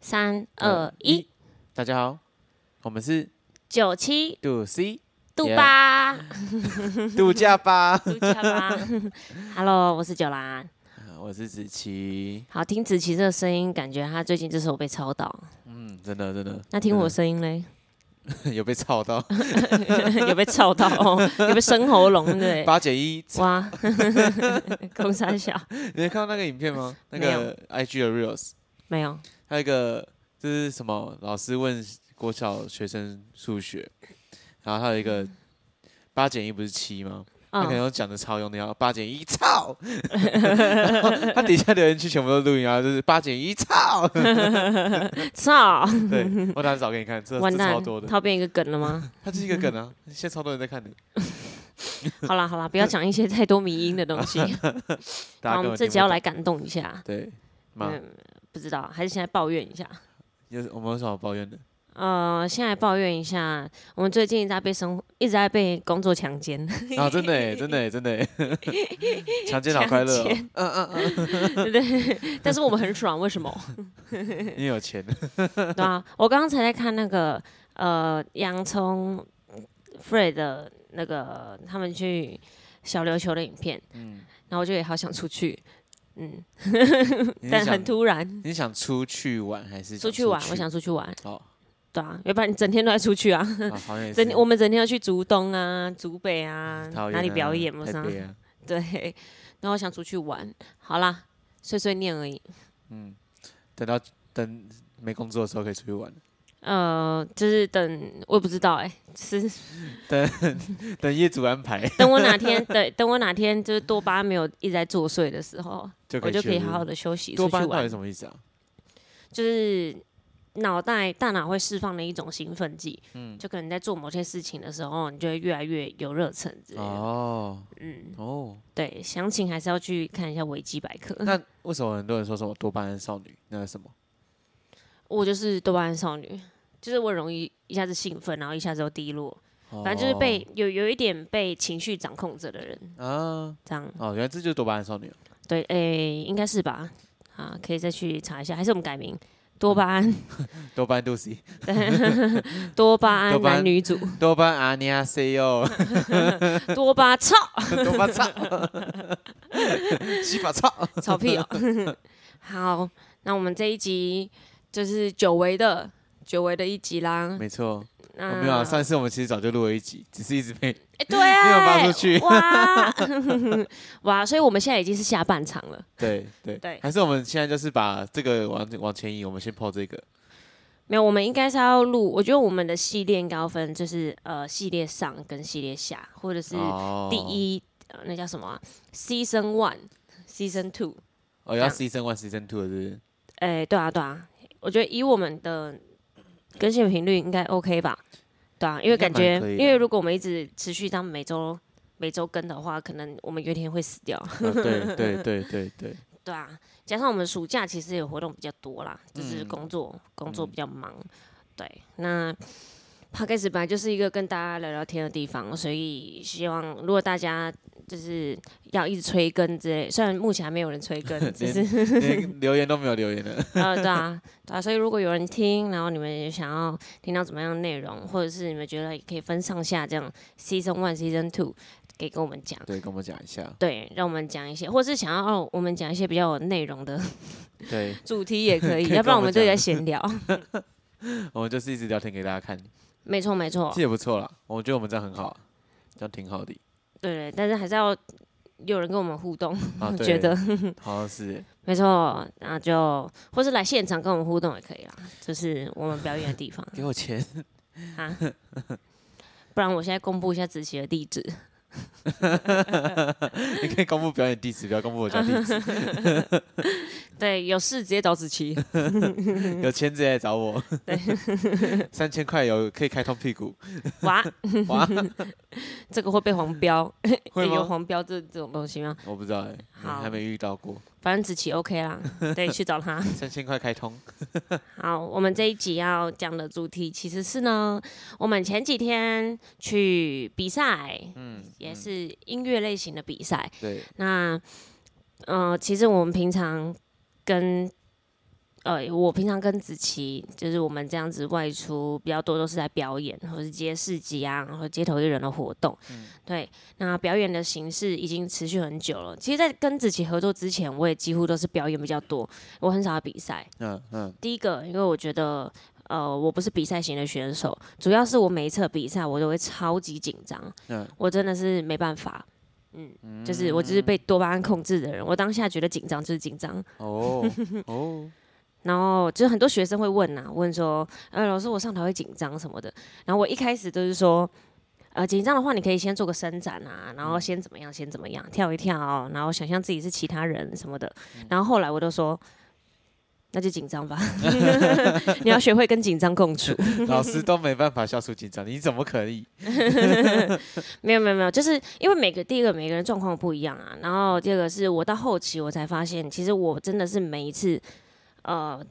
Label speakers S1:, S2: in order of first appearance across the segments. S1: 三二一，
S2: 大家好，我们是
S1: 九七
S2: 杜 C
S1: 度
S2: Yeah
S1: 八，
S2: 度假吧，
S1: 度假吧。Hello，我是九兰。
S2: 啊 我是子琪。
S1: 好，听子琪这个声音，感觉他最近这首被超到。
S2: 嗯，真的真的，
S1: 那听我声音嘞，
S2: 真的 有被吵到
S1: 有被吵 到哦，有被生喉咙对不
S2: 八减一，
S1: 对？哇， 空三小
S2: 你有看到那个影片吗？那
S1: 没有
S2: 个 IG 的 Reels，
S1: 没有，
S2: 还有一个就是什么老师问国小学生数学，然后还有一个八减一不是七吗？他可能
S1: 嗯，
S2: 都讲的超用的，要八减一操， 然后他底下留言区全部都录音啊，就是八减一操，
S1: 操，
S2: 对我等下找给你看，这
S1: 完
S2: 这
S1: 蛋
S2: 超多，的，
S1: 他变一个梗了 吗？
S2: 它就是一个梗啊，现在超多人 在看的。
S1: 好啦好啦，不要讲一些太多迷音的东西， 好
S2: 大家
S1: 我
S2: 根本
S1: 们这集
S2: 听不
S1: 要
S2: 懂
S1: 来感动一下。
S2: 对吗？
S1: 嗯，不知道，还是现在抱怨一下。
S2: 有我们有什么好 抱怨的？
S1: 呃，先来抱怨一下，我们最近一直在被生活，一直在被工作强奸，
S2: 啊，真的欸，真的欸，真的欸，强奸好快乐哦
S1: 强，奸但是我们很爽，为什 么？
S2: 因嗯为有 钱。
S1: 对啊，我刚刚才在看那个呃洋葱呃 Fred 的那个他们去小琉球的影片，
S2: 嗯
S1: 然后我就也好想出去，嗯，
S2: 你是
S1: 但很
S2: 想
S1: 突然，
S2: 你是想出去玩还是
S1: 出
S2: 想
S1: 去玩，我想出去玩，
S2: 哦，
S1: 对啊，要不然你整天都在出去啊，
S2: 啊好像也
S1: 整
S2: 是
S1: 天我们整天要去竹东啊、竹北啊，
S2: 桃园
S1: 哪里
S2: 啊
S1: 表演嘛，
S2: 台
S1: 上
S2: 北啊
S1: 对， 然后我想出去玩，好啦，碎碎念而已。
S2: 等到等没工作的时候可以出去玩，
S1: 呃，就是等我也不知道哎、是
S2: 等业主安排
S1: 等我哪天对，等我哪天就是多巴胺没有一直在作祟的时候，
S2: 就可
S1: 我
S2: 以
S1: 就可以
S2: 去
S1: 好好的休息，
S2: 多
S1: 出
S2: 巴
S1: 去
S2: 胺到底
S1: 玩
S2: 什。么意思啊？
S1: 就是脑袋大脑会释放的一种兴奋剂，嗯，就可能在做某些事情的时候，你就会越来越有热忱之类的。
S2: 哦
S1: 嗯，
S2: 哦，
S1: 对，详情还是要去看一下维基百科。
S2: 那为什么很多人说什么多巴胺少女？那是什么？
S1: 我就是多巴胺少女，就是我容易一下子兴奋，然后一下子又低落，反正就是被有有一点被情绪掌控着的人，
S2: 哦啊
S1: 这样
S2: 哦，原来这就是多巴胺少女哦。
S1: 对，诶、应该是吧？啊，可以再去查一下，还是我们改名多巴胺，
S2: 多巴胺 Lucy，
S1: 多巴胺
S2: 多巴胺
S1: 男女 组，
S2: 多巴胺阿尼亚 C 哦 O，
S1: 多巴操
S2: 多巴操， 西法操。
S1: 草屁哦。 好，那我们这一集就是久违的久违的一集啦。
S2: 没错，
S1: 那
S2: 我没有啊。上一次我们其实早就录了一集，只是一直 被
S1: 诶对啊，
S2: 没有发出去
S1: 哇哇，所以我们现在已经是下半场了。
S2: 对对
S1: 对
S2: 还是我们现在就是把这个往往前移，我们先抛这个。
S1: 没有，我们应该是要录。我觉得我们的系列应该要分，就是呃，系列上跟系列下，或者是
S2: 哦
S1: 第，一、呃、那叫什么、啊、？Season One、Season Two。
S2: 哦，要
S1: 这
S2: season one season two 了是 不是？
S1: 哎、对啊，对啊，我觉得以我们的更新的频率应该 OK 吧？对啊，因为
S2: 应该
S1: 感觉
S2: 蛮可以，的
S1: 因为如果我们一直持续当每周每周更的话，可能我们有一天会死掉。
S2: 呃对对对对对，
S1: 对啊，加上我们暑假其实也活动比较多啦，就是
S2: 嗯
S1: 工作、工作比较忙。对，那 p o d c a s 本来就是一个跟大家聊聊天的地方，所以希望如果大家就是要一直催更之类，虽然目前还没有人催 更，只是
S2: 连连留言都没有留 言了。
S1: 呃，对啊，对啊，所以如果有人听，然后你们也想要听到怎么样的内容，或者是你们觉得也可以分上下这样，season one、season two，可以跟我们讲，
S2: 对，跟我们讲一下。
S1: 对，让我们讲一些，或是想要让我们讲一些比较有内容的
S2: 对，
S1: 主题也 可以，
S2: 可以
S1: 要不然
S2: 跟我
S1: 我
S2: 们
S1: 们就在
S2: 讲
S1: 闲聊。
S2: 我们就是一直聊天给大家看，
S1: 没错，没错
S2: 其实，也不错啦。我觉得我们这样很好，这样挺好的。
S1: 对对，但是还是要有人跟我们互动，
S2: 啊，
S1: 我
S2: 对
S1: 觉得
S2: 好像是耶。
S1: 没错，那就或是来现场跟我们互动也可以啦，就是我们表演的地 方
S2: 给我钱，
S1: 啊。不然我现在公布一下子琪的地址，
S2: 你可以公布表演地址，不要公布我家地 址。
S1: 对，有事直接找子琪。嗯
S2: 有钱直接来找我。 三千块有可以开通屁股，
S1: 哇，
S2: 哇，
S1: 这个会被黄标，
S2: 会
S1: 有
S2: 吗？
S1: 黄标这这种东西吗？
S2: 我不知道哎，
S1: 好
S2: 还没遇到过。
S1: 反正子琪 OK 啦，对，去找他。
S2: 三千块开通，
S1: 好，我们这一集要讲的主题其实是呢，我们前几天去比赛，嗯，也是音乐类型的比赛。
S2: 对，
S1: 那呃，其实我们平常跟呃，我平常跟子琪，就是我们这样子外出比较多，都是在表演，或是接市集啊，然后街头艺人的活动。对，那表演的形式已经持续很久了。其实，在跟子琪合作之前，我也几乎都是表演比较多，我很少比赛。
S2: 嗯嗯
S1: 第一个，因为我觉得，呃，我不是比赛型的选手，主要是我每一次的比赛我都会超级紧张，
S2: 嗯
S1: 我真的是没办法，嗯，就是我就是被多巴胺控制的人，我当下觉得紧张就是紧张。
S2: 哦哦，
S1: 然后就是很多学生会问呐、问说，呃，老师我上台会紧张什么的。然后我一开始都是说，呃，紧张的话你可以先做个伸展啊，然后先怎么样，先怎么样，跳一跳、哦然后想象自己是其他人什么的。然后后来我都说，那就紧张吧， 你要学会跟紧张共处。
S2: 老师都没办法消除紧张，你怎么可以？
S1: 没有没有没有，就是因为每个第一个每个人状况不一样啊，然后第二个是我到后期我才发现，其实我真的是每一次呃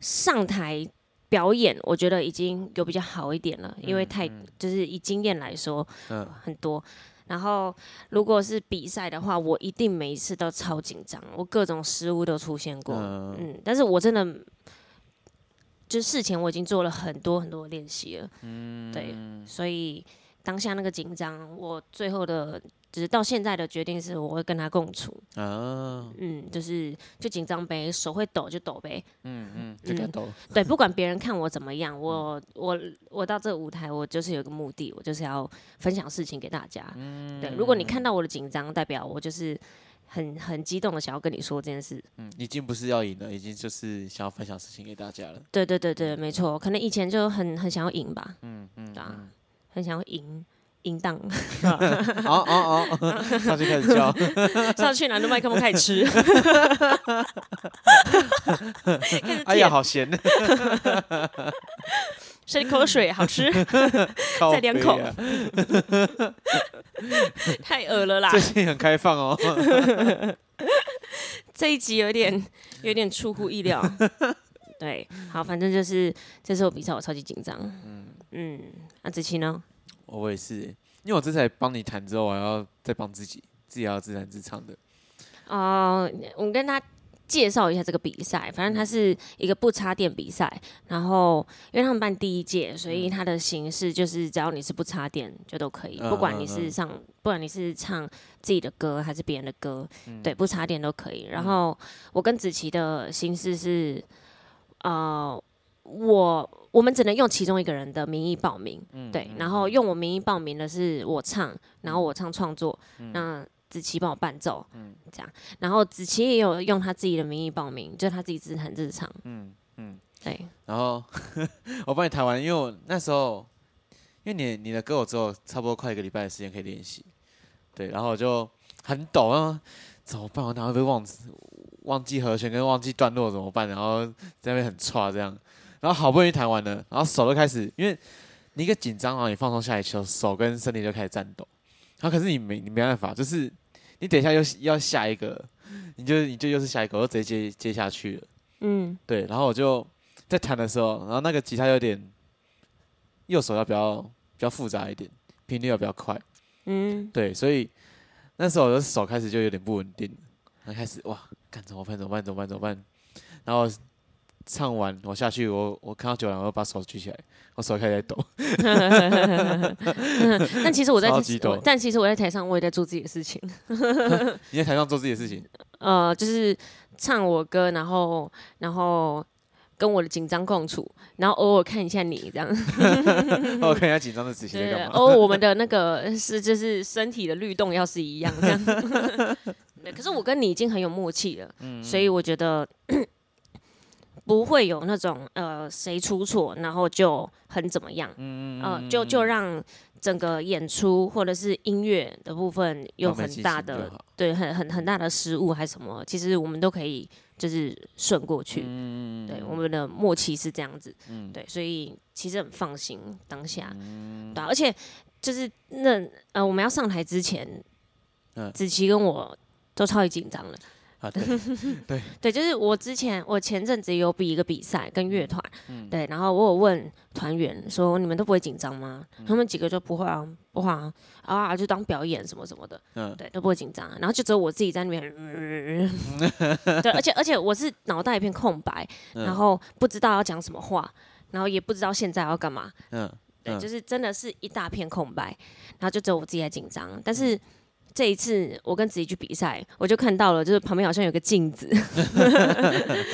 S1: 上台表演，我觉得已经有比较好一点了，因为太、就是以经验来说
S2: 嗯
S1: 很多。然后如果是比赛的话，我一定每一次都超紧张，我各种失误都出现过。
S2: 嗯
S1: 嗯，但是我真的就事前我已经做了很多很多的练习了，对，所以当下那个紧张，我最后的只是到现在的决定是，我会跟他共处，
S2: 啊，
S1: 嗯，就是就紧张呗，手会抖就抖呗，
S2: 嗯嗯，这个懂。
S1: 对，不管别人看我怎么样，我我我到这个舞台，我就是有一个目的，我就是要分享事情给大家，对，如果你看到我的紧张，代表我就是很很激动的想要跟你说这件事，
S2: 嗯，已经不是要赢了，已经就是想要分享事情给大家 了。
S1: 对对对对，没错，可能以前就很很想要赢吧，嗯嗯，对啊，很想要赢赢荡，
S2: 哦哦 哦，上去开始教，
S1: 上去拿着麦克风开始吃，开始
S2: 哎呀，
S1: 舔，
S2: 好咸，
S1: 伸口水，好吃，
S2: 靠
S1: 再两
S2: 北
S1: 口
S2: 啊
S1: 太恶了啦！
S2: 最近很开放哦。
S1: 这一集有点有点出乎意 料，对，好，反正就是这次我比赛我超级紧张，嗯嗯，那子琪呢？
S2: 我也是，欸因为我这才帮你弹之后，我还要再帮自己，自己要自弹自唱的。
S1: 哦，我跟他介绍一下这个比赛，反正它是一个不插电比赛。然后因为他们办第一届，所以它的形式就是只要你是不插电就都可以，
S2: 嗯
S1: 不管你
S2: 嗯
S1: 是
S2: 嗯
S1: 上，不管你是唱自己的歌还是别人的歌，对，不插电都可
S2: 嗯
S1: 以。然后我跟子琪的形式是，呃，我我们只能用其中一个人的名义报名，
S2: 嗯
S1: 对，然后用我名义报名的是我唱，然后我唱创作，
S2: 嗯
S1: 那子琪帮我伴奏，嗯，这样，然后子琪也有用他自己的名义报名，就是他自己自弹自唱，
S2: 嗯嗯，
S1: 对，
S2: 然后 我帮你弹完，因为我那时候，因为你你的歌我只有差不多快一个礼拜的时间可以练习，对，然后我就很抖啊，怎么办？我哪会不会忘忘记和弦跟忘记段落怎么办？然后在那边很差这样，然后好不容易弹完了，然后手都开始，因为你一个紧张啊，你放松下来之后，手跟身体就开始颤抖，然后可是你没你没办法，就是你等一下又要下一个，你就你就又是下一个，我就直接接接下去了。
S1: 嗯，
S2: 对，然后我就在弹的时候，然后那个吉他有点右手要比较比较复杂一点，频率要比较快，
S1: 嗯，
S2: 对，所以那时候我的手开始就有点不稳定了，然后开始哇，干怎么办？怎么办？怎么办？怎么办？然后唱完我下去，我我看到九郎，我又把手举起来，我手开始在抖，
S1: 但其实我在
S2: 超级抖
S1: 我但其实我在台上我也在做自己的事情，
S2: 你在台上做自己的事情，
S1: 呃，就是唱我歌，然后然后跟我的紧张共处，然后偶尔看一下你这样，
S2: 然后我看人家紧张 的自己在
S1: 对，啊
S2: 干嘛。
S1: 偶尔我们的那个是就是身体的律动要是一样这样。 对可是我跟你已经很有默契了，所以我觉得不会有那种呃谁出错然后就很怎么样，嗯、呃，就就让整个演出或者是音乐的部分有
S2: 放开
S1: 很
S2: 心
S1: 大
S2: 情就
S1: 的
S2: 好
S1: 对很很很大的失误还是什么，其实我们都可以就是顺过去，对，我们的默契是这样子，对，所以其实很放心当下，对啊、而且就是那呃，我们要上台之前，
S2: 嗯
S1: 子琪跟我都超级紧张的，
S2: 啊，对，
S1: 对，就是我之前我前阵子有比一个比赛跟
S2: 嗯
S1: 乐团，对，然后我有问团员说你们都不会紧张吗？他
S2: 嗯
S1: 们几个就不会啊，不会啊，啊就当表演什么什么的，
S2: 嗯
S1: 对，都不会紧张啊。然后就只有我自己 在那边，呃对，而且而且我是脑袋一片空白，
S2: 嗯
S1: 然后不知道要讲什么话，然后也不知道现在要干嘛，
S2: 嗯，
S1: 对，
S2: 嗯
S1: 就是真的是一大片空白，然后就只有我自己在紧张。
S2: 嗯
S1: 但是这一次我跟子怡去比赛，我就看到了，就是旁边好像有个镜子，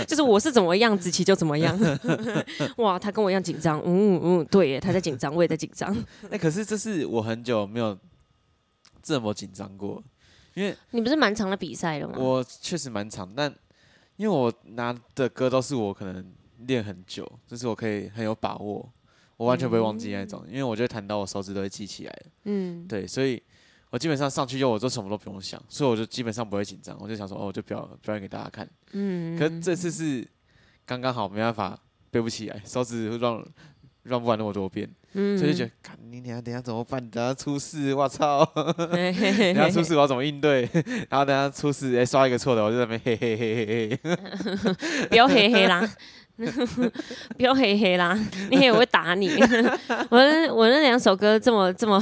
S1: 就是我是怎么样，子琪就怎么样。 哇，他跟我一样紧张，嗯嗯，对耶，他在紧张，我也在紧张。
S2: 哎、可是这是我很久没有这么紧张过，因为
S1: 你不是蛮长的比赛了吗？
S2: 我确实蛮长，但因为我拿的歌都是我可能练很久，就是我可以很有把握，我完全不会忘记那种，因为我就会弹到我手指都会记起来。
S1: 嗯，
S2: 对，所以我基本上上去用我就什么都不用想，所以我就基本上不会紧张，我就想说哦，我就表表演给大家看。
S1: 嗯，
S2: 可是这次是刚刚好，没办法背不起来，手指会乱乱不完那么多遍，
S1: 嗯
S2: 所以就觉得，干你等下等下怎么办？等下出事，我操！
S1: 嘿嘿嘿
S2: 等下出事我要怎么应对？ 然后等下出事，哎、刷一个错的，我就在那边嘿嘿嘿嘿嘿嘿。
S1: 不要黑黑啦， 不要黑黑啦，你黑我会打你。 我那我那两首歌这么这么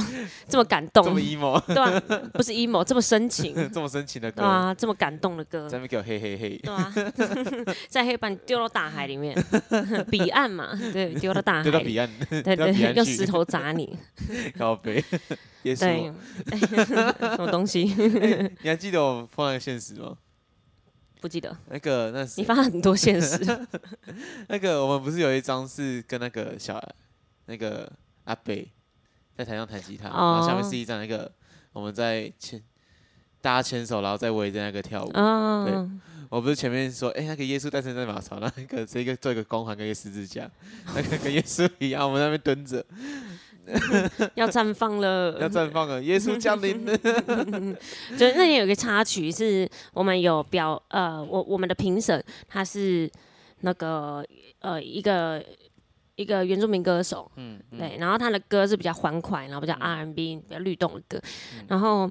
S1: 这么感
S2: 这
S1: 动
S2: 么，emo，
S1: 对啊，不是 emo，这么深情，
S2: 这么深情的歌，
S1: 对啊，这么感动的歌，
S2: 在那边给我嘿嘿嘿，
S1: 对啊， 在黑板丢到大海里面， 彼岸嘛，对，丢到 大海
S2: 对到彼
S1: 里，
S2: 岸，
S1: 对
S2: 丢到彼
S1: 对，
S2: 岸
S1: 用石
S2: 去，
S1: 头砸你，
S2: 靠背。 耶稣
S1: 对，， 什么东西
S2: 你还记得我放那个现实吗？
S1: 不记得，
S2: 那个那
S1: 你
S2: 是
S1: 发很多现实，
S2: 那个我们不是有一张是跟那个小那个阿北在台上弹吉他，然后下面
S1: 哦
S2: 是一张那个我们在牵大家牵手，然后在围着那个跳舞。
S1: 嗯，
S2: 我不是前面说，哎、那个耶稣诞生在马槽，那个这个做一个光环跟一个十字架，那个跟耶稣一样，我们在那边蹲 着
S1: 要绽放了，
S2: 要绽放了，啊耶稣降 临了。
S1: 就是那天有一个插曲，是我们有表呃，我我们的评审他是那个呃一个一个原住民歌手，
S2: 嗯，嗯
S1: 对，然后他的歌是比较欢快，然后比较 R&B 比较律动的歌，
S2: 嗯
S1: 然后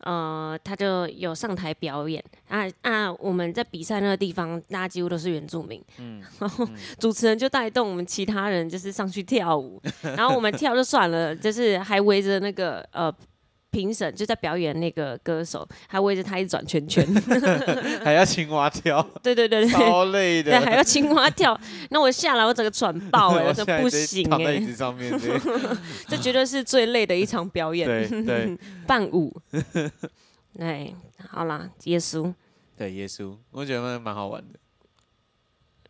S1: 呃他就有上台表演啊啊，我们在比赛那个地方，大家几乎都是原住民，
S2: 嗯
S1: 然后 主持人就带动我们其他人就是上去跳舞，然后我们跳就算了，就是还围着那个呃。评审就在表演那个歌手，还围着他一直转圈 圈，
S2: 还要青蛙 跳，
S1: 对对对对，
S2: 超累
S1: 对
S2: 的。
S1: 还要青蛙 跳。那我下来，我整个喘爆哎、
S2: 我
S1: 我说
S2: 现在
S1: 不
S2: 直接
S1: 行
S2: 躺
S1: 哎、
S2: 在椅子上面， 对
S1: 这绝对是最累的一场表演。
S2: 对对
S1: 伴舞。 对，好啦，耶稣，
S2: 对，耶稣，我觉得蛮好玩的。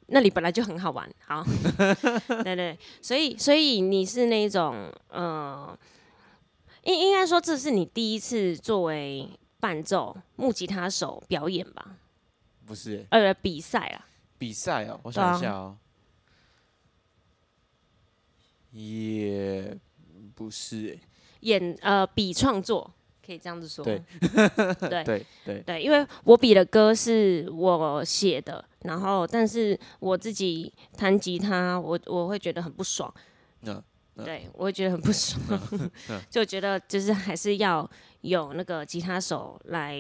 S1: 那里本来就很好玩。 好，对对，所以所以你是那一种，呃，应应该说这是你第一次作为伴奏木吉他手表演吧？
S2: 不是、欸、
S1: 呃，比赛啦，
S2: 比赛哦，我
S1: 对啊
S2: 想一下哦，啊也不是、欸，
S1: 演呃比创作，可以这样子说。
S2: 对
S1: 对
S2: 对欸对，
S1: 对，因为我比的歌是我写的，然后但是我自己弹吉他，我我会觉得很不爽。
S2: 嗯嗯
S1: 对，我会觉得很不爽， 就觉得就是还是要有那个吉他手来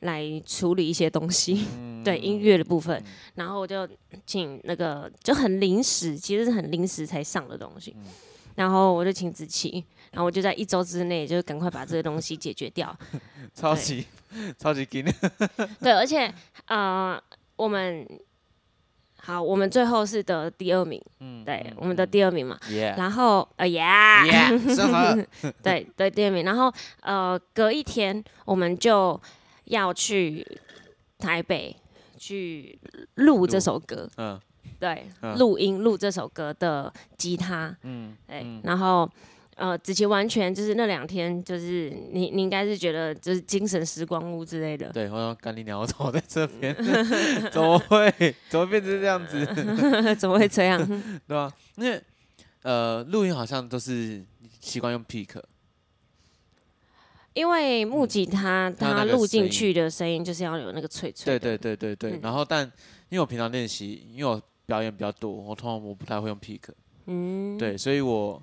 S1: 来处理一些东西，
S2: 嗯
S1: 对音乐的部分。然后我就请那个就很临时，其实是很临时才上的东西。
S2: 嗯
S1: 然后我就请子琪，然后我就在一周之内就赶快把这个东西解决掉。
S2: 超
S1: 对
S2: 级超级劲，
S1: 对，而且呃，我们好，我们最后是得第二名，
S2: 嗯
S1: 对，我们得第二名嘛。
S2: 耶
S1: 然后呃呀
S2: 耶，生蚝，
S1: 对对，第二名。然后呃，隔一天我们就要去台北去录这首歌，
S2: 嗯
S1: 对，
S2: 嗯
S1: 录音录这首歌的吉他，
S2: 嗯，
S1: 对，然后。呃，子琪完全就是那两天，就是你你应该是觉得就是精神时光屋之类 的，
S2: 对，我说干你娘，我怎么在这边？
S1: 嗯
S2: 怎么会？怎么变成这样子？
S1: 怎么会这样？
S2: 对吧、因为呃，录音好像都是习惯用 pick，
S1: 因为木吉他
S2: 它
S1: 它
S2: 嗯那个
S1: 录进
S2: 声音
S1: 去的声音就是要有那个脆脆
S2: 对
S1: 的，嗯
S2: 对对对对。然后，但因为我平常练习，因为我表演比较多，我通常我不太会用 pick，
S1: 嗯，
S2: 对，所以我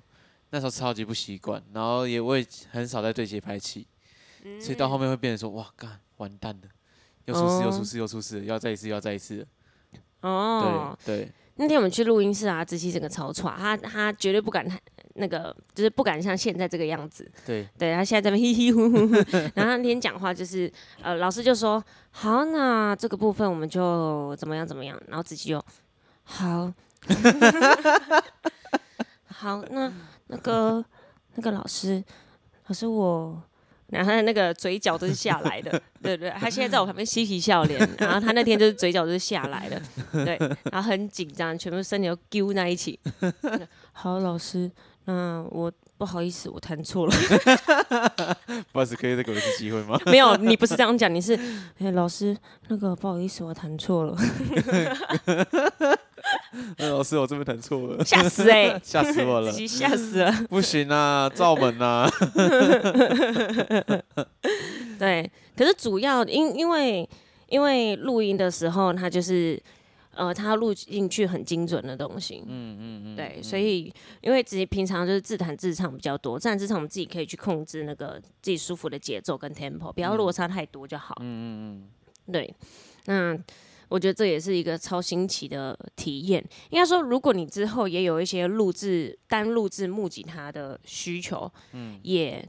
S2: 那时候超级不习惯，然后
S1: 嗯
S2: 也我也很少在对节拍器，所以到后面会变成说，哇，干完蛋了，又出事又
S1: 哦
S2: 出事又出事，要再一次又要再一次，
S1: 哦
S2: 对，对，
S1: 那天我们去录音室啊，子琪整个超喘，他他绝对不敢那个，就是不敢像现在这个样子。
S2: 对，
S1: 对，他现在在那边嘿嘿呼呼呼，然后他那天讲话就是，呃，老师就说好，那这个部分我们就怎么样怎么样，然后子琪就好， 好，那那个那个老师，老师我。然后他的那个嘴角都是下来的，对对，他现在在我旁边嬉皮笑脸，然后他那天就是嘴角都是下来的，对，然后很紧张，全部身体都揪在一起。 好，老师，那我不好意思，我弹错了。
S2: 不好意思，可以再给我一次机会吗？
S1: 没有，你不是这样讲，你是，哎、老师，那个不好意思，我弹错 了，
S2: 那老师，我这边弹错了，
S1: 吓死哎、
S2: 吓死我
S1: 自
S2: 了，
S1: 己吓死了。
S2: 不行啊，照门啊，
S1: 对，可是主要因因为因为录音的时候，他就是呃，他录进去很精准的东西，嗯嗯嗯，对，所以因为自己平常就是自弹自唱比较多，自弹自唱我们自己可以去控制那个自己舒服的节奏跟 tempo，不要落差太多就好，嗯 嗯嗯，对，那。我觉得这也是一个超新奇的体验。应该说，如果你之后也有一些录制单录制木吉他的需求，嗯，也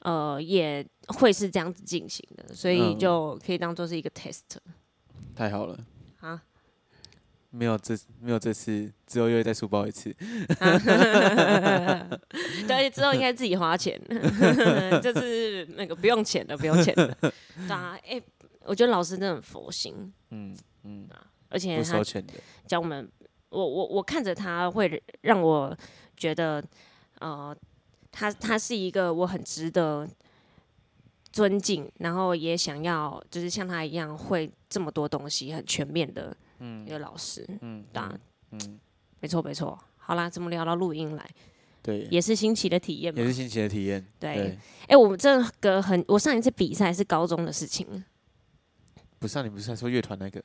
S1: 呃，也会是这样子进行的，所以
S2: 嗯
S1: 就可以当做是一个 test
S2: 太好了，
S1: 啊。
S2: 没有这没有这次，之后又再书包一次，
S1: 对，而且之后应该自己花钱， 这是那个不用钱的，不用钱的。对啊，哎、我觉得老师真的很佛心，
S2: 嗯嗯，
S1: 而且
S2: 不
S1: 他
S2: 收钱的，
S1: 教我们，我我我看着他会让我觉得，呃，他他是一个我很值得尊敬，然后也想要就是像他一样会这么多东西，很全面的一个老师，嗯，对啊，
S2: 嗯，
S1: 没错没错。好啦，怎么聊到录音来，
S2: 对，
S1: 也是新奇的体验嘛
S2: 也。是新奇的体验，
S1: 对
S2: 对，
S1: 哎、我们这个很，我上一次比赛是高中的事情，
S2: 不上你不是还说乐团那个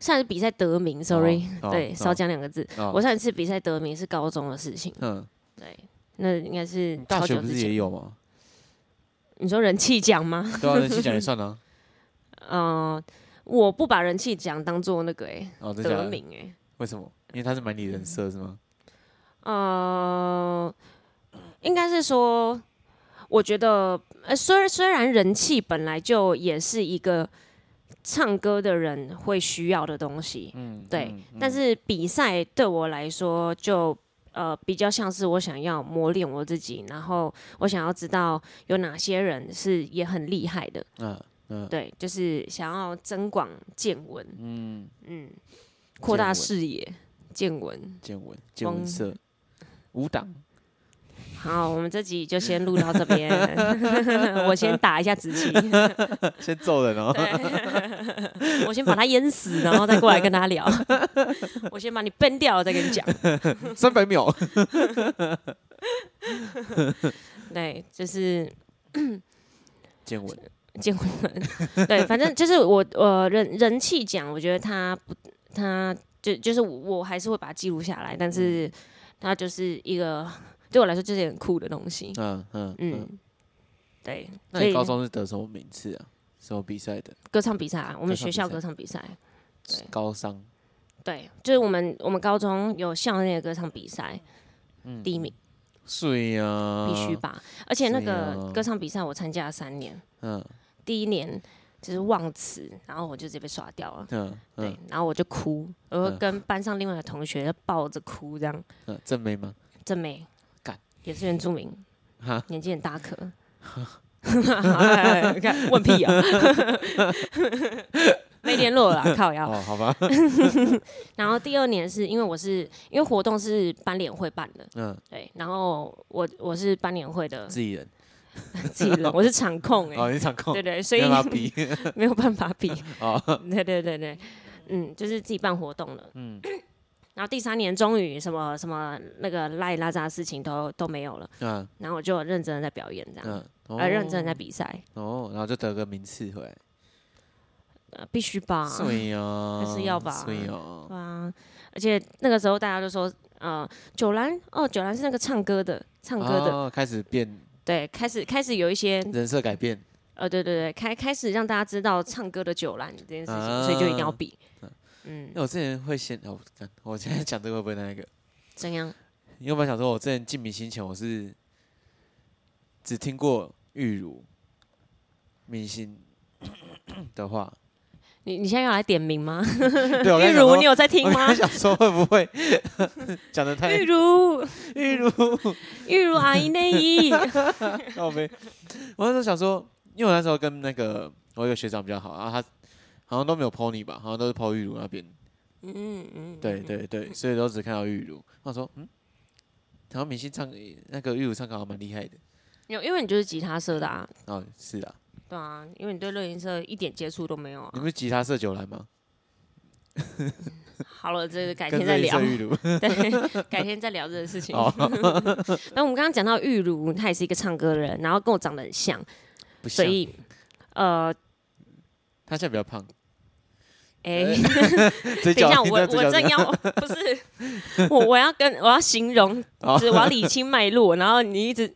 S1: 上一次比赛得名，sorry，、
S2: 哦
S1: 对，
S2: 哦
S1: 少讲两个字。
S2: 哦
S1: 我上一次比赛得名是高中的事情，
S2: 嗯，
S1: 对，那应该是
S2: 大
S1: 超
S2: 学
S1: 久
S2: 不
S1: 之
S2: 是
S1: 前
S2: 也。有吗？
S1: 你说人气奖吗？
S2: 对啊，人气奖也算啊，
S1: 嗯、我不把人气奖当做那个哎、
S2: 哦，真假
S1: 得
S2: 的？
S1: 名哎、
S2: 为什么？因为他是买你人设是吗？
S1: 呃，应该是说，我觉得，呃，虽虽然人气本来就也是一个唱歌的人会需要的东西，
S2: 嗯，
S1: 对
S2: 嗯，
S1: 但是比赛对我来说就。呃，比较像是我想要磨练我自己，然后我想要知道有哪些人是也很厉害的，
S2: 嗯嗯，
S1: 对，就是想要增广见闻，嗯嗯，扩
S2: 见
S1: 大
S2: 闻
S1: 视野，见闻。
S2: 见闻见闻
S1: 光
S2: 社五档，
S1: 好，我们这集就先录到这 边，我先打一下子琪，
S2: 先揍人哦。
S1: 对我先把他淹死，然后再过来跟他聊，我先把你崩掉了再跟你讲。
S2: 三百 秒。
S1: 对，就是
S2: 见闻，
S1: 结婚，对，反正就是我呃人人气奖，我觉得他不他就就是我我还是会把它记录下来，但
S2: 嗯
S1: 是它就是一个对我来说就是很酷的东西，
S2: 嗯嗯
S1: 嗯
S2: 嗯。，
S1: 对，
S2: 那
S1: 所以
S2: 你高中是得什么名次啊？什么比赛的？
S1: 歌唱比赛啊，我们
S2: 歌唱
S1: 学
S2: 比
S1: 校
S2: 赛
S1: 歌唱比赛。对
S2: 高商
S1: 对，就是我们我们高中有校内的歌唱比赛，
S2: 嗯
S1: 第一名
S2: 是呀，
S1: 必须吧。而且那个
S2: 呀
S1: 歌唱比赛我参加了三年，
S2: 哦嗯
S1: 第一年就是忘词，然后我就直接被刷掉了。
S2: 嗯
S1: 对
S2: 嗯，
S1: 然后我就哭，我会跟班上另外的同学抱着哭，这样。
S2: 嗯，正妹吗？
S1: 真美，
S2: 干
S1: 也是原住民
S2: 哈，
S1: 年纪很大颗。 哎看问屁啊！ 没联络了啦，靠腰。
S2: 哦，好吧，
S1: 然后第二年是因为我是因为活动是班联会办的，
S2: 嗯，
S1: 对，然后我我是班联会的
S2: 自己人，
S1: 自己 人，我是场控哎、
S2: 哦，你场控
S1: 对，对，所
S2: 没
S1: 以
S2: 有拉比，
S1: 没有办法比，
S2: 哦，
S1: 对对对对，嗯，就是自己办活动了，嗯。然后第三年终于什么什么那个拉里拉杂的事情都都没有了，
S2: 嗯
S1: 然后我就认真的在表演这样，
S2: 嗯，
S1: 呃，认真
S2: 的
S1: 地在比赛，
S2: 哦，然后就得个名次回来，
S1: 呃，必须吧，
S2: 对呀，
S1: 还是要吧
S2: 对呀，
S1: 对啊，而且那个时候大家就说，呃，九兰哦，九兰
S2: 哦
S1: 是那个唱歌的，唱歌的，
S2: 哦，开始变
S1: 对，开始开始有一些
S2: 人设改变，
S1: 呃，对对对，开开始让大家知道唱歌的酒兰这件事情，
S2: 啊
S1: 所以就一定要比。嗯，
S2: 那我之前会先哦，干我现在讲这个会不会那个？
S1: 怎样？
S2: 你有没有想说，我之前进明星前，我是只听过玉如明星的话。
S1: 你你现在要来点名吗？
S2: 对，我刚才
S1: 玉
S2: 想
S1: 如，
S2: 说
S1: 你有在听
S2: 我刚
S1: 吗
S2: 才？ 想说会不会讲的太
S1: 玉如，
S2: 玉如？
S1: 玉如阿姨内衣，
S2: 那我没，我那时候想说，因为我那时候跟那个我有一个学长比较好，然后他好像都没有 pony 吧，好像都是 p 玉如那边。
S1: 嗯嗯，
S2: 对对对，所以都只看到玉如。我想说，嗯，台湾明星唱那个玉如唱歌好像蛮厉害的。
S1: 有，因为你就是吉他社的啊，
S2: 哦，是啊，
S1: 对啊，因为你对热音社一点接触都没有
S2: 你
S1: 啊。
S2: 们吉他社九来吗？
S1: 好了，这个改
S2: 跟
S1: 天再
S2: 热音
S1: 聊
S2: 社，玉如。
S1: 对，改天再聊这个事情。
S2: 哦，
S1: 那我们刚刚讲到玉如，她也是一个唱歌的人，然后跟我长得很像，
S2: 不
S1: 所
S2: 像，
S1: 以呃，
S2: 他现在比较胖，
S1: 哎、
S2: 嘴
S1: 等
S2: 角
S1: 一下，我
S2: 听到嘴
S1: 我
S2: 角
S1: 正要 不是我我要跟我要形容，
S2: 哦
S1: 就是我要理清脉络，然后你一直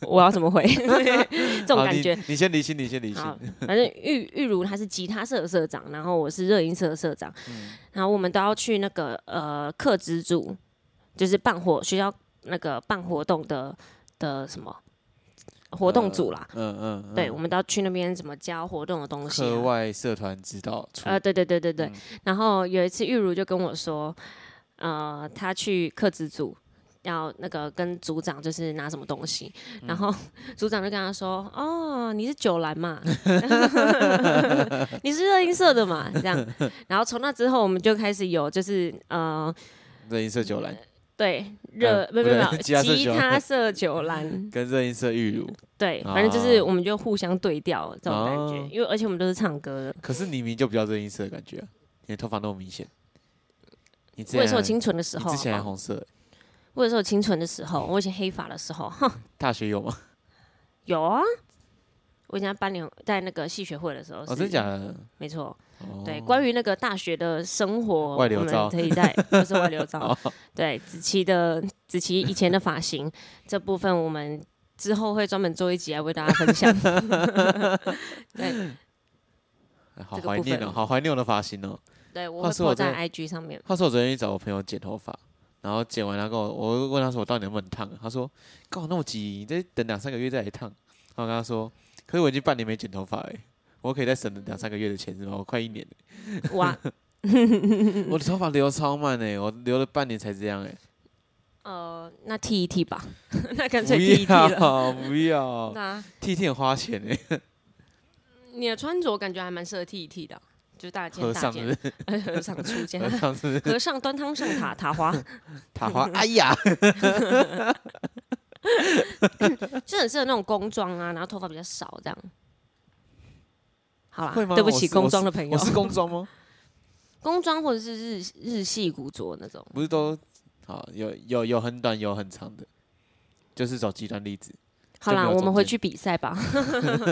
S1: 我要怎 么回这种
S2: 好
S1: 感
S2: 哦你
S1: 觉。
S2: 你先离心，你先嗯离心。
S1: 好，反正玉玉如她是吉他社的社长，然后我是热音社的社长，
S2: 嗯
S1: 然后我们都要去那个呃课资组，就是办活学校那个办活动的的什么活动组啦，
S2: 嗯嗯，嗯
S1: 对，我，们都要去那边怎么教活动的东西、
S2: 课
S1: 啊。
S2: 外社团指导处。
S1: 呃，对对对对对。
S2: 嗯
S1: 然后有一次玉如就跟我说，呃，他去克职组。要那个跟组长就是拿什么东西，
S2: 嗯
S1: 然 后组长就跟他说：“哦，你是九兰嘛， 你是热音社的嘛，这样。”然后从那之后，我们就开始有就是呃，
S2: 热音社九兰
S1: 对热
S2: 呃
S1: 不不
S2: 不对
S1: 不，
S2: 吉他 社
S1: 吉
S2: 九
S1: 他社九
S2: 兰
S1: 兰，
S2: 跟热音社玉如，
S1: 对，反正就是
S2: 哦
S1: 我们就互相对调这种感觉
S2: 哦，
S1: 因为而且我们都是唱歌的，
S2: 可是你明明就比较热音社的感觉啊，你的头发那么明显。你之
S1: 我也是我清
S2: 前
S1: 纯的时
S2: 你
S1: 候，哦
S2: 之前
S1: 好不
S2: 还
S1: 好
S2: 红色欸，
S1: 我也是我清纯的时候，我以前黑发的时候，哼，
S2: 大学有吗？
S1: 有啊。我以前在班里在那个系学会的时候，
S2: 哦，真的假？的？
S1: 没错，
S2: 哦
S1: 对。关于那个大学的生活，
S2: 外流
S1: 我们
S2: 照
S1: 可以在不是外流
S2: 哦
S1: 照，对子琪的子琪以前的发型 这部分，我们之后会专门做一集来为大家分享。 对
S2: 哎好
S1: 这个
S2: 怀
S1: 部
S2: 念哦，
S1: 分
S2: 好怀念我的发型哦。
S1: 对，我
S2: 话
S1: 会
S2: 说我
S1: 放在
S2: 真
S1: IG 上面。
S2: 话说我昨天去找我朋友剪头发，然后剪完他跟我，我问他说我到底能不能烫？啊他说干嘛那么急？你再等两三个月再来烫。然后我跟他说，可是我已经半年没剪头发哎、我可以再省两三个月的钱是吗？我快一年了，
S1: 哇，嗯
S2: 我的头发留超慢哎、我留了半年才这样哎、
S1: 呃，那剃一剃吧， 那干脆剃一
S2: 不
S1: 剃了。
S2: 要不要，
S1: 那
S2: 剃剃很花钱 哎、
S1: 你的穿着感觉还蛮适合剃一剃的，啊就是大件
S2: 和
S1: 大
S2: 尚是
S1: 件
S2: 不，是？
S1: 和尚出 家，
S2: 和尚 是不是？
S1: 和尚端汤上塔，塔花，
S2: 塔花，哎呀，
S1: 就很适合那种工装啊，然后头发比较少这样。好啦
S2: 会，吗
S1: 对不
S2: 我
S1: 起，
S2: 是
S1: 工装的朋
S2: 我
S1: 友，
S2: 是工 装吗？
S1: 工装或者是日日系古着那种，
S2: 不是都好有有有很短有很长的，就是走极端例子。
S1: 好
S2: 就
S1: 啦，
S2: 没有
S1: 我们回去比赛吧。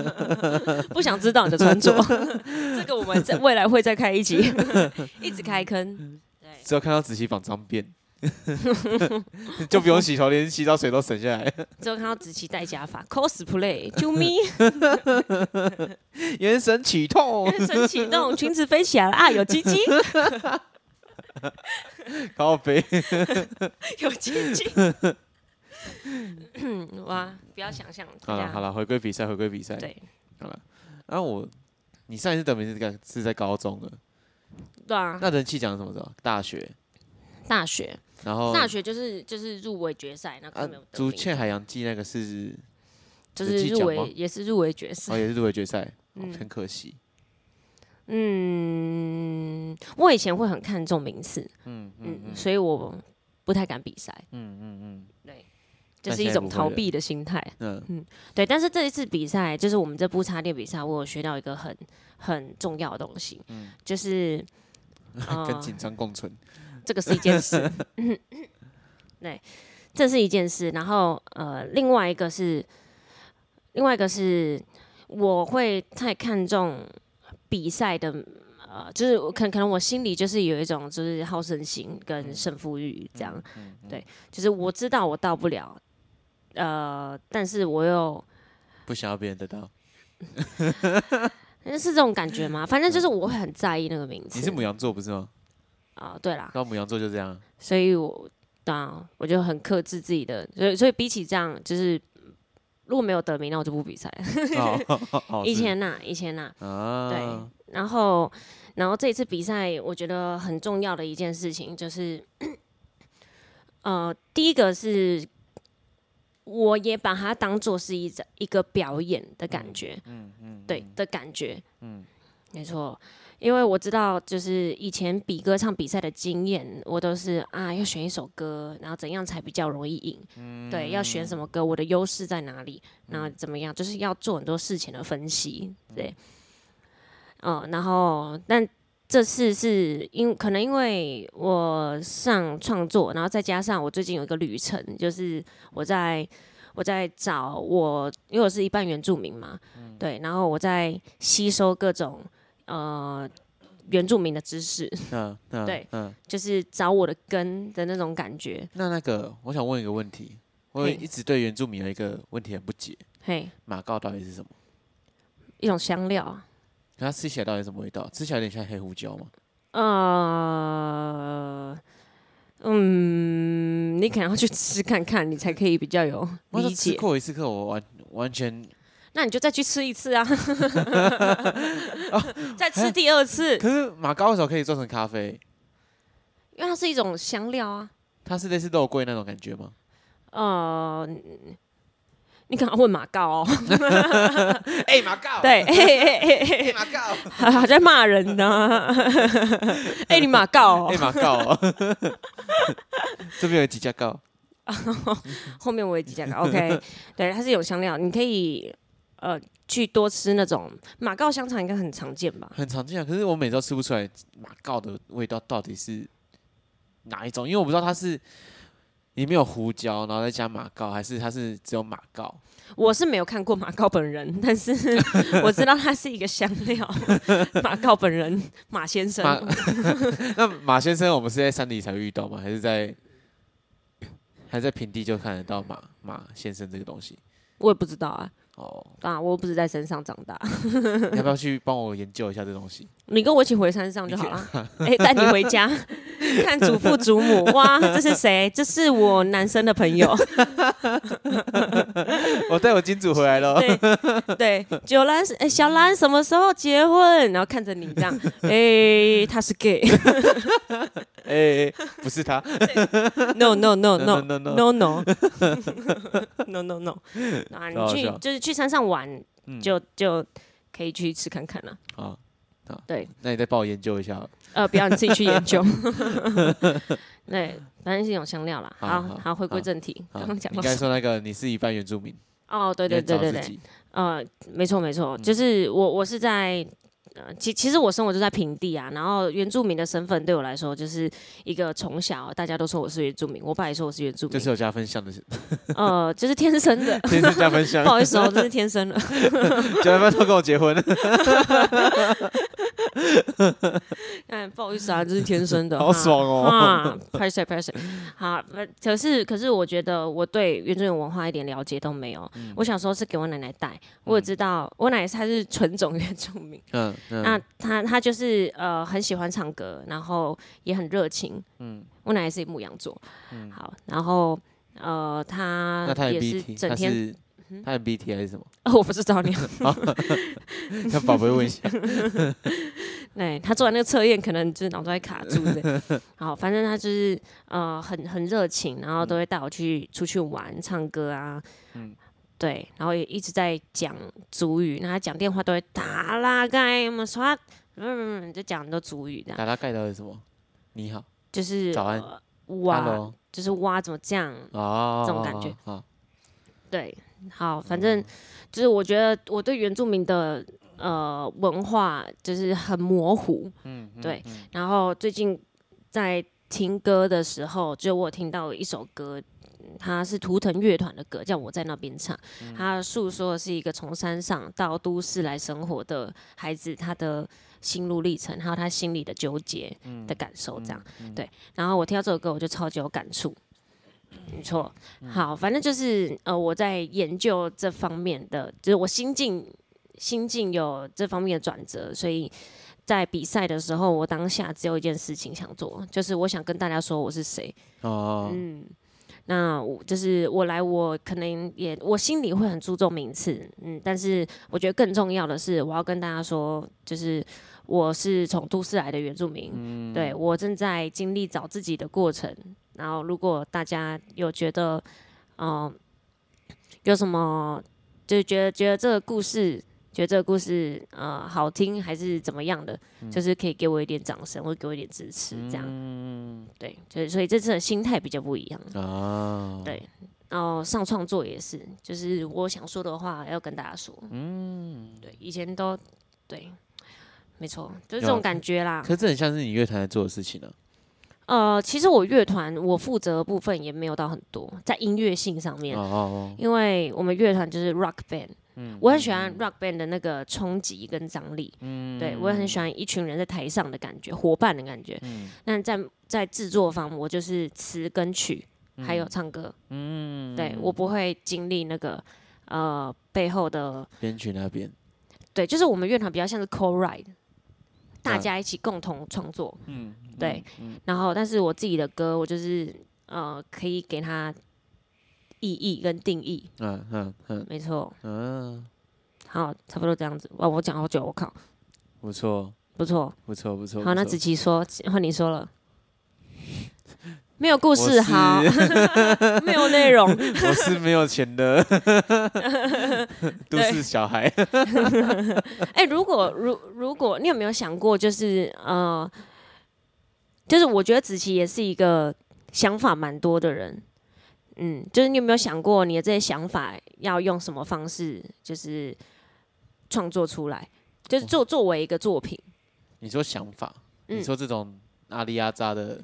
S1: 不想知道你的穿着， 这个我们在未来会再开一集， 一直开坑。对，
S2: 只有看到仔细绑脏辫， 就不用洗头，连洗澡水都省下来。
S1: 之后看到子琪戴假发，cosplay，啾咪，
S2: 眼神起痛，
S1: 神启动，裙子飞起来了啊，有鸡 鸡，
S2: 高飞。
S1: 有鸡 鸡。 哇，不要想象。
S2: 好了好
S1: 了，
S2: 了，回归比赛，回归比赛。
S1: 对，
S2: 好了。然、后我，你上一次得名是在是在高中了，
S1: 嗯对啊，
S2: 那人气奖是什么时候？大学，
S1: 大学
S2: 然后
S1: 大学就是就是入围决赛，那个
S2: 哦啊
S1: 没有，得
S2: 竹
S1: 名，
S2: 倩海洋记那个是
S1: 就是
S2: 有
S1: 入
S2: 计
S1: 围
S2: 较吗
S1: 也是入围决赛。
S2: 哦，也是入围决赛，哦
S1: 嗯
S2: 很可惜。
S1: 嗯，我以前会很看重名次，
S2: 嗯嗯
S1: 嗯，
S2: 嗯
S1: 所以我不太敢比赛，
S2: 嗯嗯嗯
S1: 对，
S2: 但
S1: 就是
S2: 现
S1: 一
S2: 在
S1: 种
S2: 不会
S1: 逃
S2: 了
S1: 避的心态。
S2: 嗯，
S1: 对，但是这一次比赛，就是我们这部插电比赛，我有学到一个很很重要的东西，就是
S2: 那嗯 跟
S1: 呃
S2: 紧张共存。
S1: 这个是一件 事，对，这是一件事。然后呃，另外一个是，另外一个是我会太看重比赛的，呃，就是我可能可能我心里就是有一种就是好胜心跟胜负欲这样，
S2: 嗯
S1: 对，就是我知道我到不了，呃，但是我又
S2: 不想要别人得到，
S1: 是这种感觉吗？反正就是我会很在意那个名字。
S2: 嗯你是母羊座不是吗？
S1: 啊、对啦，
S2: 那母羊座就这 样啊，
S1: 所以我当然我就很克制自己的，所以所以比起这样，就是如果没有得名，那我就不比赛。
S2: 哦哦
S1: 以
S2: 是
S1: 前呐、以前呐、
S2: 啊，
S1: 对，然后，然后这一次比赛，我觉得很重要的一件事情就是，呃，第一个是，我也把它当做是一一个表演的感觉，嗯嗯，对的感觉，嗯，没错，因为我知道，就是以前比歌唱比赛的经验，我都是啊，要选一首歌，然后怎样才比较容易赢，对，要选什么歌，我的优势在哪里，然后怎么样，就是要做很多事情的分析，对。嗯，然后但这次是因可能因为我上创作，然后再加上我最近有一个旅程，就是我在我在找我，因为我是一半原住民嘛，对，然后我在吸收各种呃原住民的知识，
S2: 嗯嗯
S1: 对
S2: 嗯。
S1: 就是找我的根的那种感觉。
S2: 那那个，我想问一个问题，我
S1: 嘿
S2: 一直对原住民有一个问题很不解，
S1: 嘿，
S2: 马告到底是什么？
S1: 一种香料啊，
S2: 它吃起来到底是什么味道？吃起来有点像黑胡椒吗？
S1: 呃。嗯，你可能要去吃看看，你才可以比较有
S2: 我
S1: 理
S2: 就吃
S1: 解。
S2: 过一次课，我完完全，
S1: 那你就再去吃一 次啊，再吃第二次，
S2: 哦可是马告为什么可以做成咖啡？
S1: 因为它是一种香料啊。
S2: 它是类似肉桂那种感觉吗？
S1: 呃，你可能要问马告哦，
S2: 哎，马告，
S1: 对， 嘿嘿嘿嘿
S2: 哎，马告，
S1: 还还在骂人 呢。哎、你马告、
S2: 哎，
S1: 哦，
S2: 马告， 这边有几家告，
S1: 后面我也即将 OK，对，它是有香料，你可以呃去多吃那种马告香肠，应该很常见吧？
S2: 很常见啊。可是我每次都吃不出来马告的味道到底是哪一种，因为我不知道它是里面有胡椒，然后再加马告，还是它是只有马告。
S1: 我是没有看过马告本 人，但是 我知道它是一个香料。马告本人，马先生，
S2: 马 那马先生，我们是在山里才会遇到吗？还是在还在平地就看得到马马先生这个东西？
S1: 我也不知道啊，
S2: 哦，
S1: 啊，我又不是在山上长大，
S2: 你要不要去帮我研究一下这东西？
S1: 你跟我一起回山上就好了。哎，带你回家看祖父祖母，哇，这是谁？这是我男生的朋友，
S2: 我哦带我金主回来了，
S1: 对对，九兰是，哎，小兰什么时候结婚？然后看着你这样，哎，他是 gay，no
S2: 哎、不是 他，
S1: no no no
S2: No, no, no.
S1: no no no no no，啊，
S2: 好
S1: 你
S2: 好
S1: 去
S2: 笑嗯
S1: 就是去山上玩，就就可以去吃看看了。
S2: 好，好
S1: 对，
S2: 那你再帮我研究一下。
S1: 呃，不要你自己去研 究。对，反正是一种香料啦。
S2: 好
S1: 好
S2: 啊好
S1: 好，回归
S2: 好
S1: 正题，
S2: 好
S1: 刚刚讲
S2: 你
S1: 到什
S2: 应该
S1: 么
S2: 说那个你是一半原住民，
S1: 哦，对对
S2: 你要
S1: 对
S2: 找
S1: 对
S2: 自
S1: 对，
S2: 己嗯
S1: 呃，没错没错，就是我我是在。呃，其其实我生活就在平地啊，然后原住民的身份对我来说就是一个从小大家都说我是原住民，我爸也说我是原住民，
S2: 就是有加 分项的，，
S1: 呃，就是天生的
S2: 天生加分项
S1: 不，好意思 哦，这是天生的。
S2: 九要不要都跟我结婚？
S1: 嗯，不好意思 啊，这是天生的，
S2: 好爽哦
S1: 啊，拍谁拍谁，好，呃可是可是我觉得我对原住民文化一点了解都没有。
S2: 嗯
S1: 我小时候是给我奶奶带，我也知道我奶奶她是纯种原住民，
S2: 嗯嗯，
S1: 那她她就是呃很喜欢唱歌，然后也很热情。嗯，我奶奶是牧羊座，好，然后。呃，她
S2: 嗯那他
S1: 也是
S2: MBT，
S1: 整
S2: 他
S1: 天， 嗯
S2: 是他 MBT 还是什么？
S1: 哦，我不知道你，
S2: 那宝贝问 一下，
S1: 对哎他做完那个测验，可能就是脑袋卡住的。 好，反正他就是呃很很热情，然后都会带我去出去玩、唱歌啊，对，然后也一直在讲族语，那他讲电话都会打啦该什么刷，嗯，就讲很多族语的，
S2: 打他盖到底是什么？你好
S1: 就是
S2: 早安
S1: 呃哇，
S2: ，Hello，
S1: 就是哇怎么这样？
S2: 哦，
S1: 这种感觉
S2: 啊，
S1: 对，好，
S2: 嗯
S1: 反正就是我觉得我对原住民的呃文化就是很模糊，
S2: 嗯，嗯
S1: 对，然后最近在听歌的时候，就我有听到一首歌，嗯它是图腾乐团的歌，叫《我在那边唱》。
S2: 嗯
S1: 它诉说的是一个从山上到都市来生活的孩子，他的心路历程，还有他心里的纠结
S2: 嗯
S1: 的感受，这样、对。然后我听到这首歌，我就超级有感触。没错，好，反正就是呃，我在研究这方面的，就是我心境心境有这方面的转折，所以在比赛的时候，我当下只有一件事情想做，就是我想跟大家说我是谁。
S2: 哦，
S1: 嗯，那我就是我来，我可能也我心里会很注重名次，嗯，但是我觉得更重要的是，我要跟大家说，就是我是从都市来的原住民，对我正在经历找自己的过程。然后，如果大家有觉得，嗯、有什么就是觉得觉得这个故事。觉得这个故事呃好听还是怎么样的，就是可以给我一点掌声，或给我一点支持，这样。对，就是所以这次的心态比较不一样。
S2: 啊，
S1: 对，然后上创作也是，就是我想说的话要跟大家说。嗯，对，以前都对，没错，就是这
S2: 了
S1: 种
S2: 解
S1: 感觉啦
S2: 可。是这很像是你乐团在做的事情啊呢、
S1: 呃，其实我乐团我负责的部分也没有到很多，在音乐性上面，
S2: 哦哦
S1: 因为我们乐团就是 rock band。我很喜欢 rock band 的那个冲击跟张力，对我也很喜欢一群人在台上的感觉，伙伴的感觉。但在在制作方，我就是词跟曲，还有唱歌，嗯，对我不会经历那个呃背后的，
S2: 哦，编曲那边，
S1: 对，就是我们乐团比较像是 co write，大
S2: 啊
S1: 家一起共同创作，嗯，对。然后，但是我自己的歌，我就是呃可以给它意义跟定义，
S2: 嗯嗯嗯
S1: 没错。
S2: 嗯，
S1: 好，差不多这样子。哇，我讲好久，我靠，
S2: 不错
S1: 不错。
S2: 不错不错。
S1: 好，
S2: 不
S1: 那
S2: 错
S1: 子琪说，换你说了。没有故
S2: 我
S1: 事，好， 没有内容，
S2: 我是没有钱 的都市小孩，
S1: 哎、如果如如果你有没有想过，就是呃，就是我觉得子琪也是一个想法蛮多的人，嗯，就是你有没有想过你的这些想法要用什么方式，就是创作出来，就是
S2: 哦
S1: 作作为一个作品，
S2: 你说想法，
S1: 嗯
S2: 你说这种阿里阿扎的，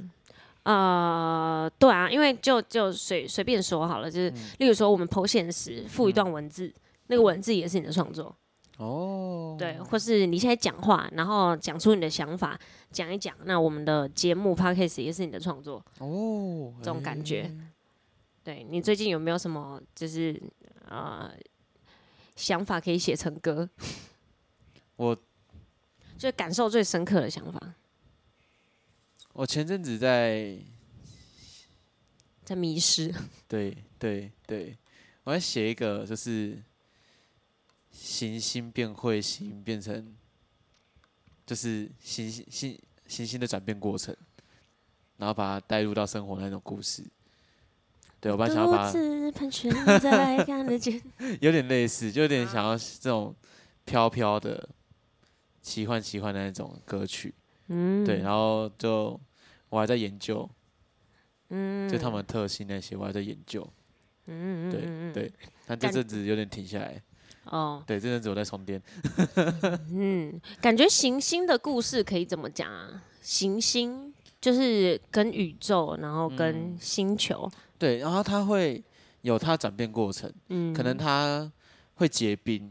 S1: 呃，对啊，因为就就随随便说好了，就是、例如说我们剖现实，附一段文字，那个文字也是你的创作。哦，对，或是你现在讲话，然后讲出你的想法，讲一讲，那我们的节目 podcast 也是你的创作哦，这种感觉。对你最近有没有什么就是呃想法可以写成歌？
S2: 我
S1: 就是感受最深刻的想法，
S2: 我前阵子在
S1: 在迷失。
S2: 对对对，我在写一个就是行星变彗星变成就是行星星行星的转变过程，然后把它带入到生活那种故事。对，我本来想要把它
S1: 子盘旋在看得 见。
S2: 有点类似，就有点想要这种飘飘的、奇幻奇幻的那种歌曲。
S1: 嗯，
S2: 对，然后就我还在研究，
S1: 嗯，
S2: 就他们的特性那些，我还在研究。
S1: 嗯，嗯
S2: 对
S1: 嗯嗯
S2: 对，但这
S1: 感
S2: 阵子有点停下来。
S1: 哦，
S2: 对，这阵子我在充电。
S1: 嗯，感觉行星的故事可以怎么讲啊？行星就是跟宇宙，然后
S2: 嗯
S1: 跟星球，
S2: 对，然后它会有它转变过程，
S1: 嗯，
S2: 可能它会结冰，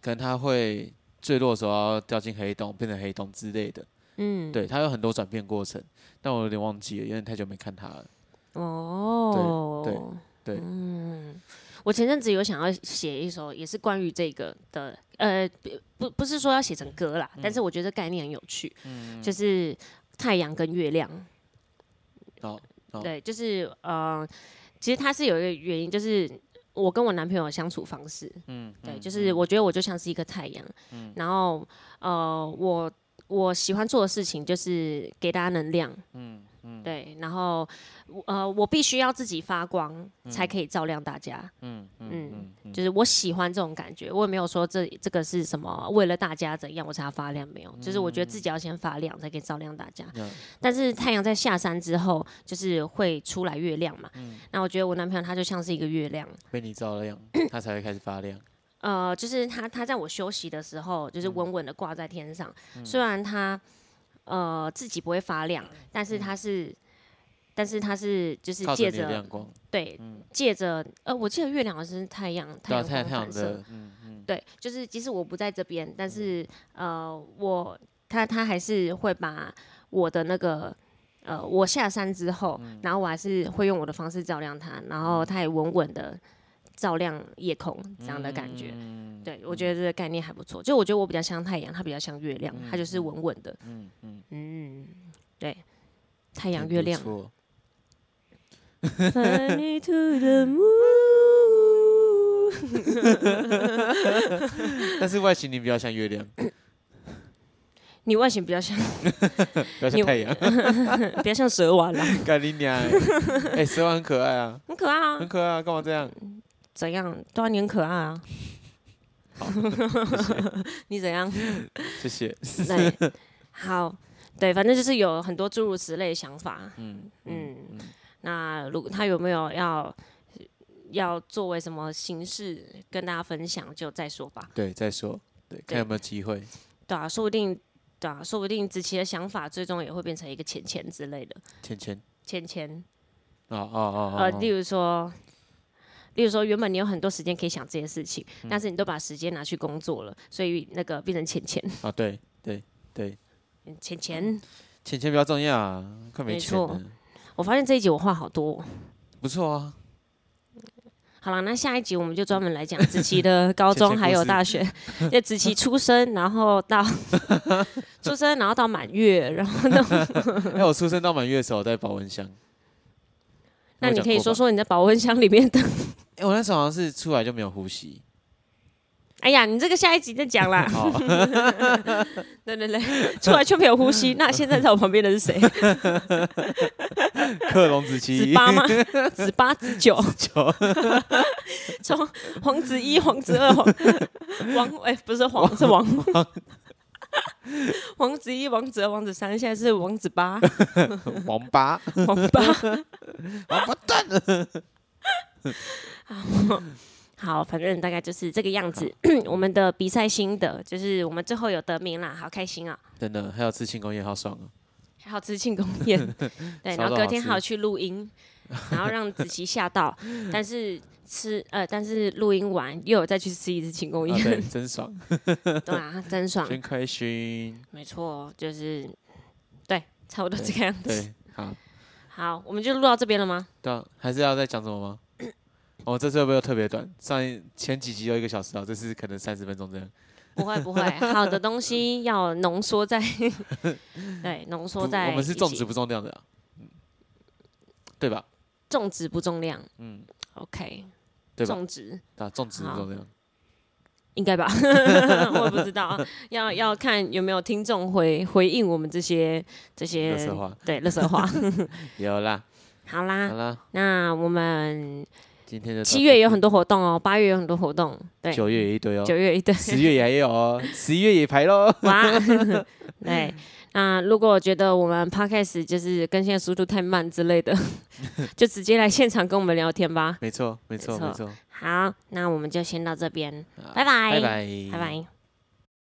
S2: 可能它会坠落的时候要掉进黑洞，变成黑洞之类的。
S1: 嗯，
S2: 对，它有很多转变过程，但我有点忘记了，有点太久没看它了。
S1: 哦，
S2: 对对对
S1: 嗯，我前阵子有想要写一首，也是关于这个的，呃，不不是说要写成歌
S2: 嗯
S1: 啦，但是我觉得这概念很有趣，就是太阳跟月亮，
S2: 哦，哦
S1: 对，就是呃，其实它是有一个原因，就是我跟我男朋友的相处方式，嗯，对，就是我觉得我就像是一个太阳，然后呃，我我喜欢做的事情就是给大家能量，嗯嗯，对，然后呃，我必须要自己发光才可以照亮大家，
S2: 嗯
S1: 嗯，就是我喜欢这种感觉，我也没有说这这个是什么为了大家怎样我才要发亮，没有，就是我觉得自己要先发亮才可以照亮大家。
S2: 嗯
S1: 但是太阳在下山之后，就是会出来月亮嘛。
S2: 嗯
S1: 那我觉得我男朋友他就像是一个月亮，
S2: 被你照亮，它才会开始发亮。
S1: 呃，就是他他在我休息的时候，就是稳稳的挂在天上，
S2: 嗯
S1: 虽然他呃自己不会发亮，但是他是。但是他是就是
S2: 靠着
S1: 借
S2: 你的
S1: 着
S2: 亮光，
S1: 对借着呃，我记得月亮好像是太阳太
S2: 对啊，
S1: 阳
S2: 太
S1: 光
S2: 太阳
S1: 反射，
S2: 的，嗯嗯，
S1: 对，就是即使我不在这边，但是、呃，我他他还是会把我的那个呃，我
S2: 嗯
S1: 下山之后，然后我还是会用我的方式照亮他，然后他也稳稳的照亮夜空这样的感觉。
S2: 嗯
S1: 对，我觉得这个概念还不错。就我觉得我比较像太阳，它比较像月亮，它就是稳稳的。
S2: 嗯嗯，
S1: 嗯，对，太阳、
S2: 挺
S1: 月
S2: 不
S1: 亮。
S2: 错
S1: Fly me to the moon
S2: 但是外形你比较像月 亮，
S1: 你外形比较像，
S2: 比较像
S1: 你
S2: 太 阳。
S1: 比较像蛇丸啦，
S2: 干你娘欸！哎，蛇丸很可爱啊，
S1: 很可爱啊
S2: 很。可爱啊，干嘛这样？
S1: 怎样？对啊，你很可爱 啊。哦 你怎样？
S2: 谢谢。
S1: 对，好，对，反正就是有很多诸如此类的想法。
S2: 嗯
S1: 嗯，那如果他有没有要要作为什么形式跟大家分享，就再说吧。
S2: 对，再说，对，看有没有机会。
S1: 对啊，说不定，对啊，说不定子琪的想法最终也会变成一个钱钱之类的
S2: 芊芊，
S1: 钱钱。
S2: 哦哦哦，
S1: 呃，
S2: 哦
S1: 例如说，例如说，原本你有很多时间可以想这些事情，
S2: 嗯
S1: 但是你都把时间拿去工作了，所以那个变成钱钱
S2: 啊，对对对，
S1: 嗯钱钱。
S2: 钱钱比较重要啊，快没
S1: 没
S2: 钱
S1: 错
S2: 了，
S1: 我发现这一集我话好多哦、
S2: 不错啊，
S1: 好了，那下一集我们就专门来讲子琪的高中
S2: 前前
S1: 还有
S2: 故事
S1: 大学，就子琪出生，然后 到出生，然后到满月，然后呢，
S2: 哎、我出生到满月的时候在保温箱。
S1: 那你可以说
S2: 我讲过吧，
S1: 说你在保温箱里面的。
S2: 哎、我那时候好像是出来就没有呼吸。
S1: 哎呀，你这个下一集再讲 啦。
S2: 好，
S1: 对对对，出来却没有呼吸，那现在在我旁边的是谁？
S2: 克隆子
S1: 子
S2: 期
S1: 八 吗？子八子九，
S2: 就
S1: 从皇子一、皇子二、皇王哎、不是皇是王，王子一、王子二、王子三，现在是王子八、
S2: 王八，
S1: 王八。
S2: 王八蛋。
S1: 好，反正大概就是这个样子。 我们的比赛心得就是我们最后有得名啦，好开心啊！
S2: 真的，还有吃庆功宴，好爽啊！
S1: 还好吃庆功 宴，对，
S2: 烧
S1: 然后
S2: 到
S1: 隔
S2: 好
S1: 天
S2: 吃
S1: 还有去录 音，然后让子琪吓到，但是吃呃，但是录音完又有再去吃一次庆功
S2: 啊，对，
S1: 宴，
S2: 真爽，
S1: 对啊，真爽，
S2: 真开心。
S1: 没错，就是对，差不多这个样子。
S2: 对，好，
S1: 好，我们就录到这边了吗？
S2: 对、啊，还是要再讲什么吗？哦，这次会不会又特别短？上一前几集都一个小时啊，这次可能三十分钟这样。
S1: 不会不 会，好的东西要浓缩在， 对，浓缩
S2: 不
S1: 在
S2: 我们是
S1: 一
S2: 重
S1: 起
S2: 质不重量的、啊，嗯，对吧？
S1: 种植不重量，嗯，OK，
S2: 对吧？
S1: 种植
S2: 啊，重质不重量。
S1: 应该吧， 我也不知道，要要看有没有听众回回应我们这些这些
S2: 垃圾话
S1: 对乐色 话。
S2: 啊有啦，
S1: 好
S2: 好
S1: 啦，
S2: 啦，
S1: 那我们
S2: 今天的
S1: 啊七月有很多活动哦，八月有很多活动，对，
S2: 九月也一堆哦，
S1: 九月一对，
S2: 十月也有哦，十一月也排喽。
S1: 哇， 对。那如果觉得我们 podcast 就是更新的速度太慢之类 的，就直接来现场跟我们聊天吧。
S2: 没错，没错，
S1: 没
S2: 没
S1: 错
S2: 错。
S1: 好，那我们就先到这边，拜
S2: 拜拜，
S1: 拜拜。